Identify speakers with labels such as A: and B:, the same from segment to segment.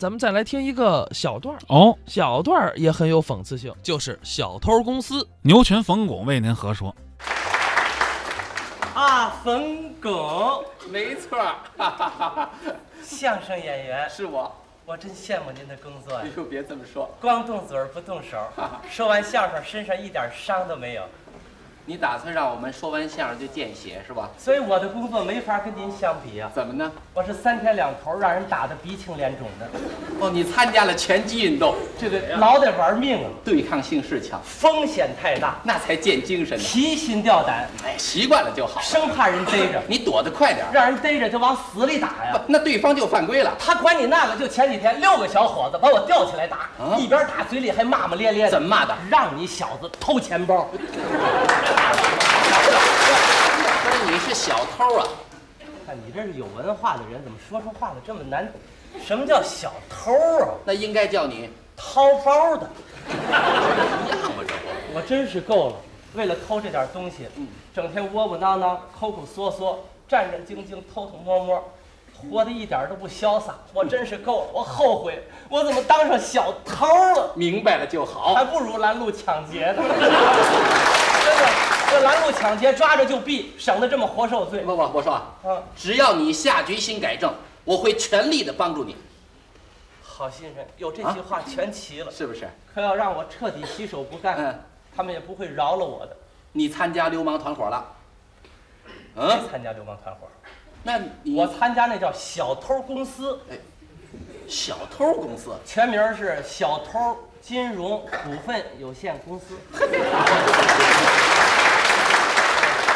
A: 咱们再来听一个小段儿，
B: 哦，
A: 小段儿也很有讽刺性，就是小偷公司。
B: 牛群冯巩为您何说？
C: 啊，冯巩，
D: 没错儿， 哈哈哈哈
C: 相声演员，
D: 是我。
C: 我真羡慕您的工作
D: 哎
C: 呀，
D: 呦，别这么说，
C: 光动嘴儿不动手儿，说完相声身上一点伤都没有，
D: 你打算让我们说完相声就见血是吧？
C: 所以我的工作没法跟您相比呀、
D: 怎么呢？
C: 我是三天两头让人打得鼻青脸肿的，
D: 哦，你参加了拳击运动，这个
C: 老得玩命啊，
D: 对抗性是强，
C: 风险太大，
D: 那才见精神呢。
C: 提心吊胆，
D: 哎，习惯了就好了。
C: 生怕人逮着，
D: 你躲得快点儿，
C: 让人逮着就往死里打呀。
D: 不，那对方就犯规了。
C: 他管你那个，就前几天六个小伙子把我吊起来打，
D: 啊
C: 一边打嘴里还骂骂咧咧的，
D: 怎么骂的？
C: 让你小子偷钱包。
D: 不是，你是小偷啊？
C: 看你这是有文化的人，怎么说出话来这么难？什么叫小偷啊？
D: 那应该叫你
C: 掏包的，
D: 样吧？这不
C: 我真是够了。为了偷这点东西，整天窝窝囊囊、抠抠缩缩、战战兢兢、偷偷摸摸，活得一点都不潇洒。我真是够了，我后悔，我怎么当上小偷了？
D: 明白了就好。
C: 还不如拦路抢劫呢。 真的，这拦路抢劫抓着就毙，省得这么活受罪。
D: 不不，我说啊，
C: 啊，
D: 只要你下决心改正，我会全力的帮助你，
C: 好心人，有这句话全齐了。
D: 是不是？
C: 可要让我彻底洗手不干
D: 嗯，
C: 他们也不会饶了我的。
D: 你参加流氓团伙了？嗯
C: 没，参加流氓团伙，
D: 那你
C: 我参加那叫小偷公司，
D: 小偷公司，
C: 全名是小偷金融股份有限公司，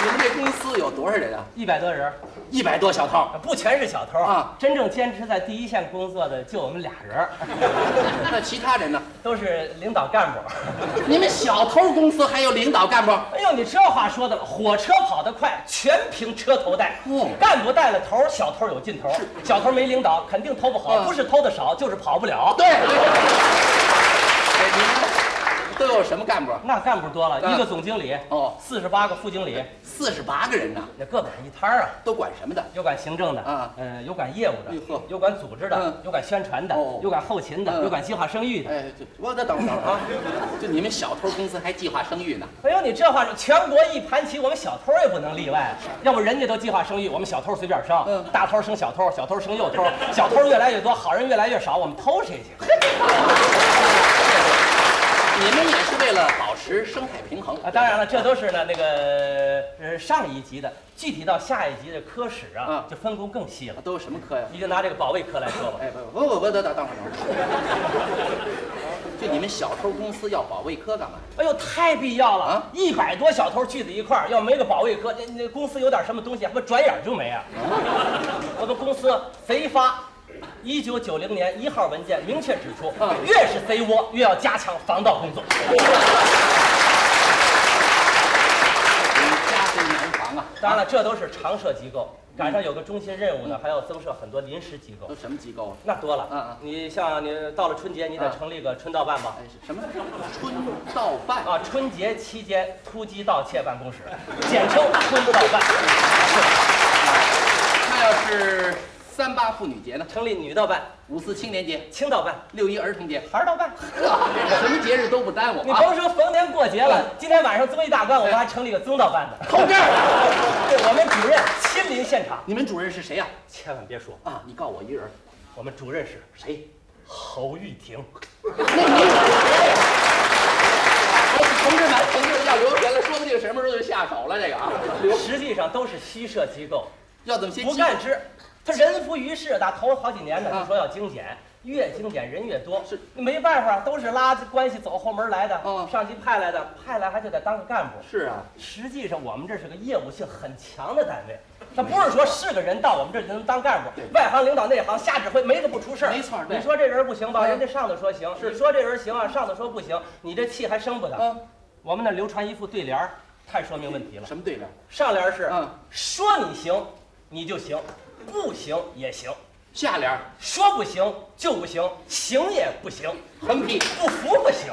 D: 你们这公司有多少人啊？
C: 一百多人，
D: 一百多小偷。
C: 不全是小偷
D: 啊
C: 真正坚持在第一线工作的就我们俩人，
D: 那其他人呢？
C: 都是领导干部。
D: 你们小偷公司还有领导干部？
C: 哎呦，你这话说的了，火车跑得快，全凭车头带。
D: 哦
C: 干部带了头，小偷有劲头。小偷没领导，肯定偷不好，
D: 啊
C: 不是偷的少，就是跑不了。
D: 对对。哎你们都有什么干部？
C: 那干部多了，
D: 啊
C: 一个总经理，
D: 哦
C: 四十八个副经理，
D: 四十八个人呢，
C: 那个管一摊儿啊。
D: 都管什么的？
C: 有管行政的，
D: 啊
C: 嗯，有管业务
D: 哎呦
C: 的
D: 呵，
C: 有管组织的
D: 嗯，
C: 有管宣传的
D: 哦，
C: 有管后勤的，
D: 嗯
C: 有管计划生育的。
D: 哎，这我再等会儿等会儿啊！就你们小偷公司还计划生育呢？
C: 哎呦，你这话说，全国一盘棋，我们小偷也不能例外，啊要不人家都计划生育，我们小偷随便生
D: 嗯，
C: 大偷生小偷，小偷生幼偷，小偷越来越多，好人越来越少，我们偷谁去？
D: 你们也是为了保持生态平衡
C: 啊，当然了，这都是呢那个呃上一级的，具体到下一级的科室啊
D: 啊，
C: 就分工更细了。
D: 都有什么科呀？
C: 你就拿这个保卫科来说吧，
D: 哎，不不不不，等等等会儿等会儿。就你们小偷公司要保卫科干嘛？
C: 哎呦，太必要了
D: 啊！
C: 一百多小偷聚在一块儿，要没个保卫科，那那公司有点什么东西，还不转眼就没啊！我们公司贼发一九九零年一号文件明确指出
D: 啊，
C: 越是贼窝，越要加强防盗工作。
D: 你们家贼难防啊！
C: 当然了，这都是常设机构，赶上有个中心任务呢，还要增设很多临时机构
D: 都。什么机构啊？
C: 那多了，
D: 嗯嗯
C: 你像你到了春节，你得
D: 嗯
C: 成立个春盗办吧？
D: 哎，是什么春盗办？
C: 啊，春节期间突击盗窃办公室，简称春盗办。
D: 那要是三八妇女节呢？
C: 成立女盗办、
D: 五四青年节、
C: 青盗办、
D: 六一儿童节，
C: 孩儿盗办。
D: 呵，什么节日都不耽 误
C: 你
D: 啊！
C: 甭说逢年过节了，今天晚上综艺大观，我们还成立个宗道班子。
D: 扣这儿，
C: 对，我们主任亲临现场，
D: 你们主任是谁呀、
C: 千万别说，
D: 啊？你告我一人，
C: 我们主任是
D: 谁？
C: 侯玉婷。
D: 那你有谁呀？哎同志们，同志们要留神了，说不定什么时候就下手了。这个啊，留
C: 实际上都是虚设机嗯构，
D: 要怎么先
C: 不干之。他人浮于事，打头了好几年呢，就说要精简。越精简人越多，
D: 是
C: 没办法，都是拉着关系走后门来的，
D: 嗯
C: 上级派来的，派来还就得当个干部。
D: 是啊，
C: 实际上，我们这是个业务性很强的单位，他不是说是个人到我们这儿就能当干部
D: 对，
C: 外行领导内行瞎指挥，没个不出事儿。
D: 没错对
C: 你说这人不行吧，
D: 嗯
C: 人家上头说行；你说这人行啊，上头说不行，你这气还生不得。
D: 嗯，
C: 我们那流传一副对联儿，太说明问题了。
D: 什么对联？
C: 上联是
D: 嗯
C: 说你行，你就行；不行也行；
D: 下联
C: 说不行就不行，行也不行，
D: 横批。
C: 不服不行。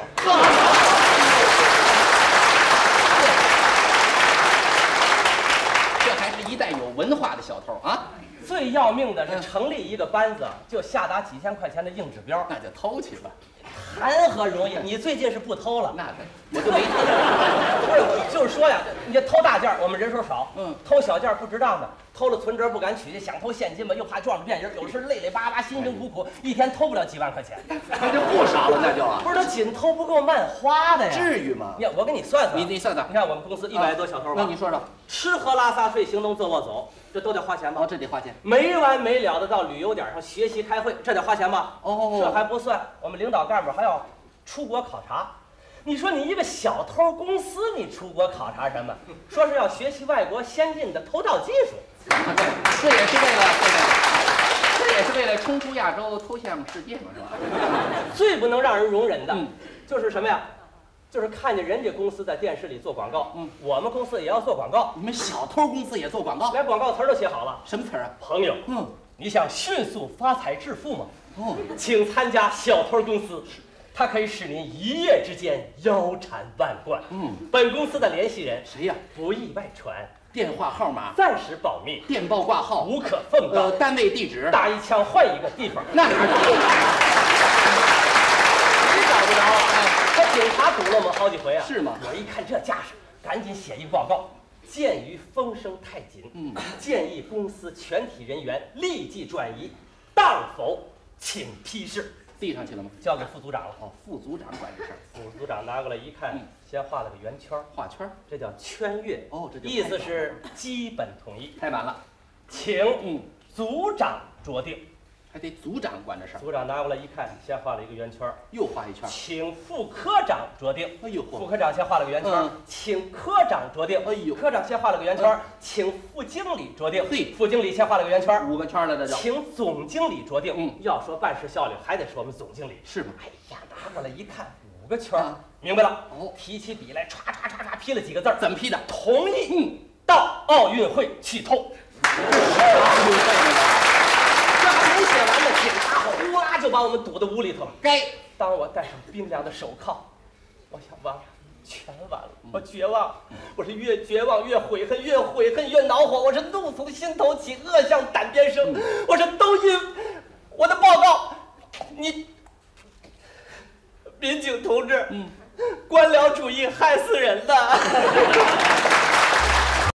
D: 这还是一代有文化的小偷啊！
C: 最要命的是，成立一个班子就下达几千块钱的硬指标，
D: 那就偷去吧，
C: 谈何容易？你最近是不偷了？
D: 那个我就没听。
C: 不是，我就是说呀，你这偷大件儿，我们人手少，
D: 嗯
C: 偷小件儿不值当的，偷了存折不敢取去，想偷现金吧又怕撞着变人，有时累累巴巴，辛辛苦苦，
D: 哎
C: 一天偷不了几万块钱，
D: 那就不少了，那就啊，
C: 不是他紧偷不够慢花的呀。
D: 至于吗
C: 你？看，我给你算算，
D: 你你算算啊
C: 你，看我们公司一百多小偷吧，
D: 那你说说，
C: 吃喝拉撒睡行动坐卧走，这都得花钱吧
D: 哦，？这得花钱。
C: 没完没了的到旅游点上学习开会，这得花钱吧？
D: 哦
C: 这还不算，我们领导干部还要出国考察。你说你一个小偷公司，你出国考察什么？说是要学习外国先进的偷盗技术，
D: 这也是为了，这也是为了冲出亚洲，偷向世界嘛，是吧？
C: 最不能让人容忍的，
D: 嗯
C: 就是什么呀？就是看见人家公司在电视里做广告，
D: 嗯
C: 我们公司也要做广告，
D: 你们小偷公司也做广告，
C: 连广告词儿都写好了。
D: 什么词儿啊？
C: 朋友，
D: 嗯，
C: 你想迅速发财致富吗？
D: 哦，
C: 请参加小偷公司，它可以使您一夜之间腰缠万贯。
D: 嗯，
C: 本公司的联系人
D: 谁呀、
C: 不易外传，
D: 电话号码、
C: 暂时保密，
D: 电报挂号、
C: 无可奉告
D: 呃，。单位地址，
C: 打一枪换一个地方，
D: 那哪儿找？
C: 你找不着啊！他警察堵了我们好几回啊。
D: 哎是吗
C: 我一看这架势，赶紧写一报告。鉴于风声太紧，
D: 嗯
C: 建议公司全体人员立即转移，当否请批示，
D: 递上去了吗？
C: 交给副组长了。
D: 哦，副组长管这事儿，
C: 副组长拿过来一看
D: 嗯，
C: 先画了个圆圈儿。
D: 画圈儿
C: 这叫圈阅
D: 哦这就
C: 意思是基本同意，
D: 太满了，
C: 请
D: 嗯，
C: 组长酌定。
D: 还得组长管这事儿，
C: 组长拿过来一看，先画了一个圆圈儿，
D: 又画一圈儿，
C: 请副科长酌定。
D: 哎呦
C: 副
D: 嚯，
C: 科长先画了个圆圈儿
D: 嗯，
C: 请科长酌定。
D: 哎呦
C: 科长先画了个圆圈儿，请副经理酌定。
D: 嘿
C: 副经理先画了个圆圈儿，
D: 五个圈儿了这就，
C: 请总经理酌定。
D: 嗯
C: 要说办事效率，还得说我们总经理。
D: 是吗？
C: 哎呀，拿过来一看，五个圈儿
D: 啊，
C: 明白了。
D: 哦，嗯
C: 提起笔来，唰唰唰唰批了几个字儿，
D: 怎么批的？嗯
C: 同意。到奥运会去偷。这还没写完呢，警察呼啦就把我们堵到屋里头了。
D: 该
C: 当我戴上冰凉的手铐，我想完了，全完了，我绝望了，我是越绝望越悔恨，越悔恨越恼火，我是怒从心头起，恶向胆边生，我是都因我的报告，你民警同志，官僚主义害死人的。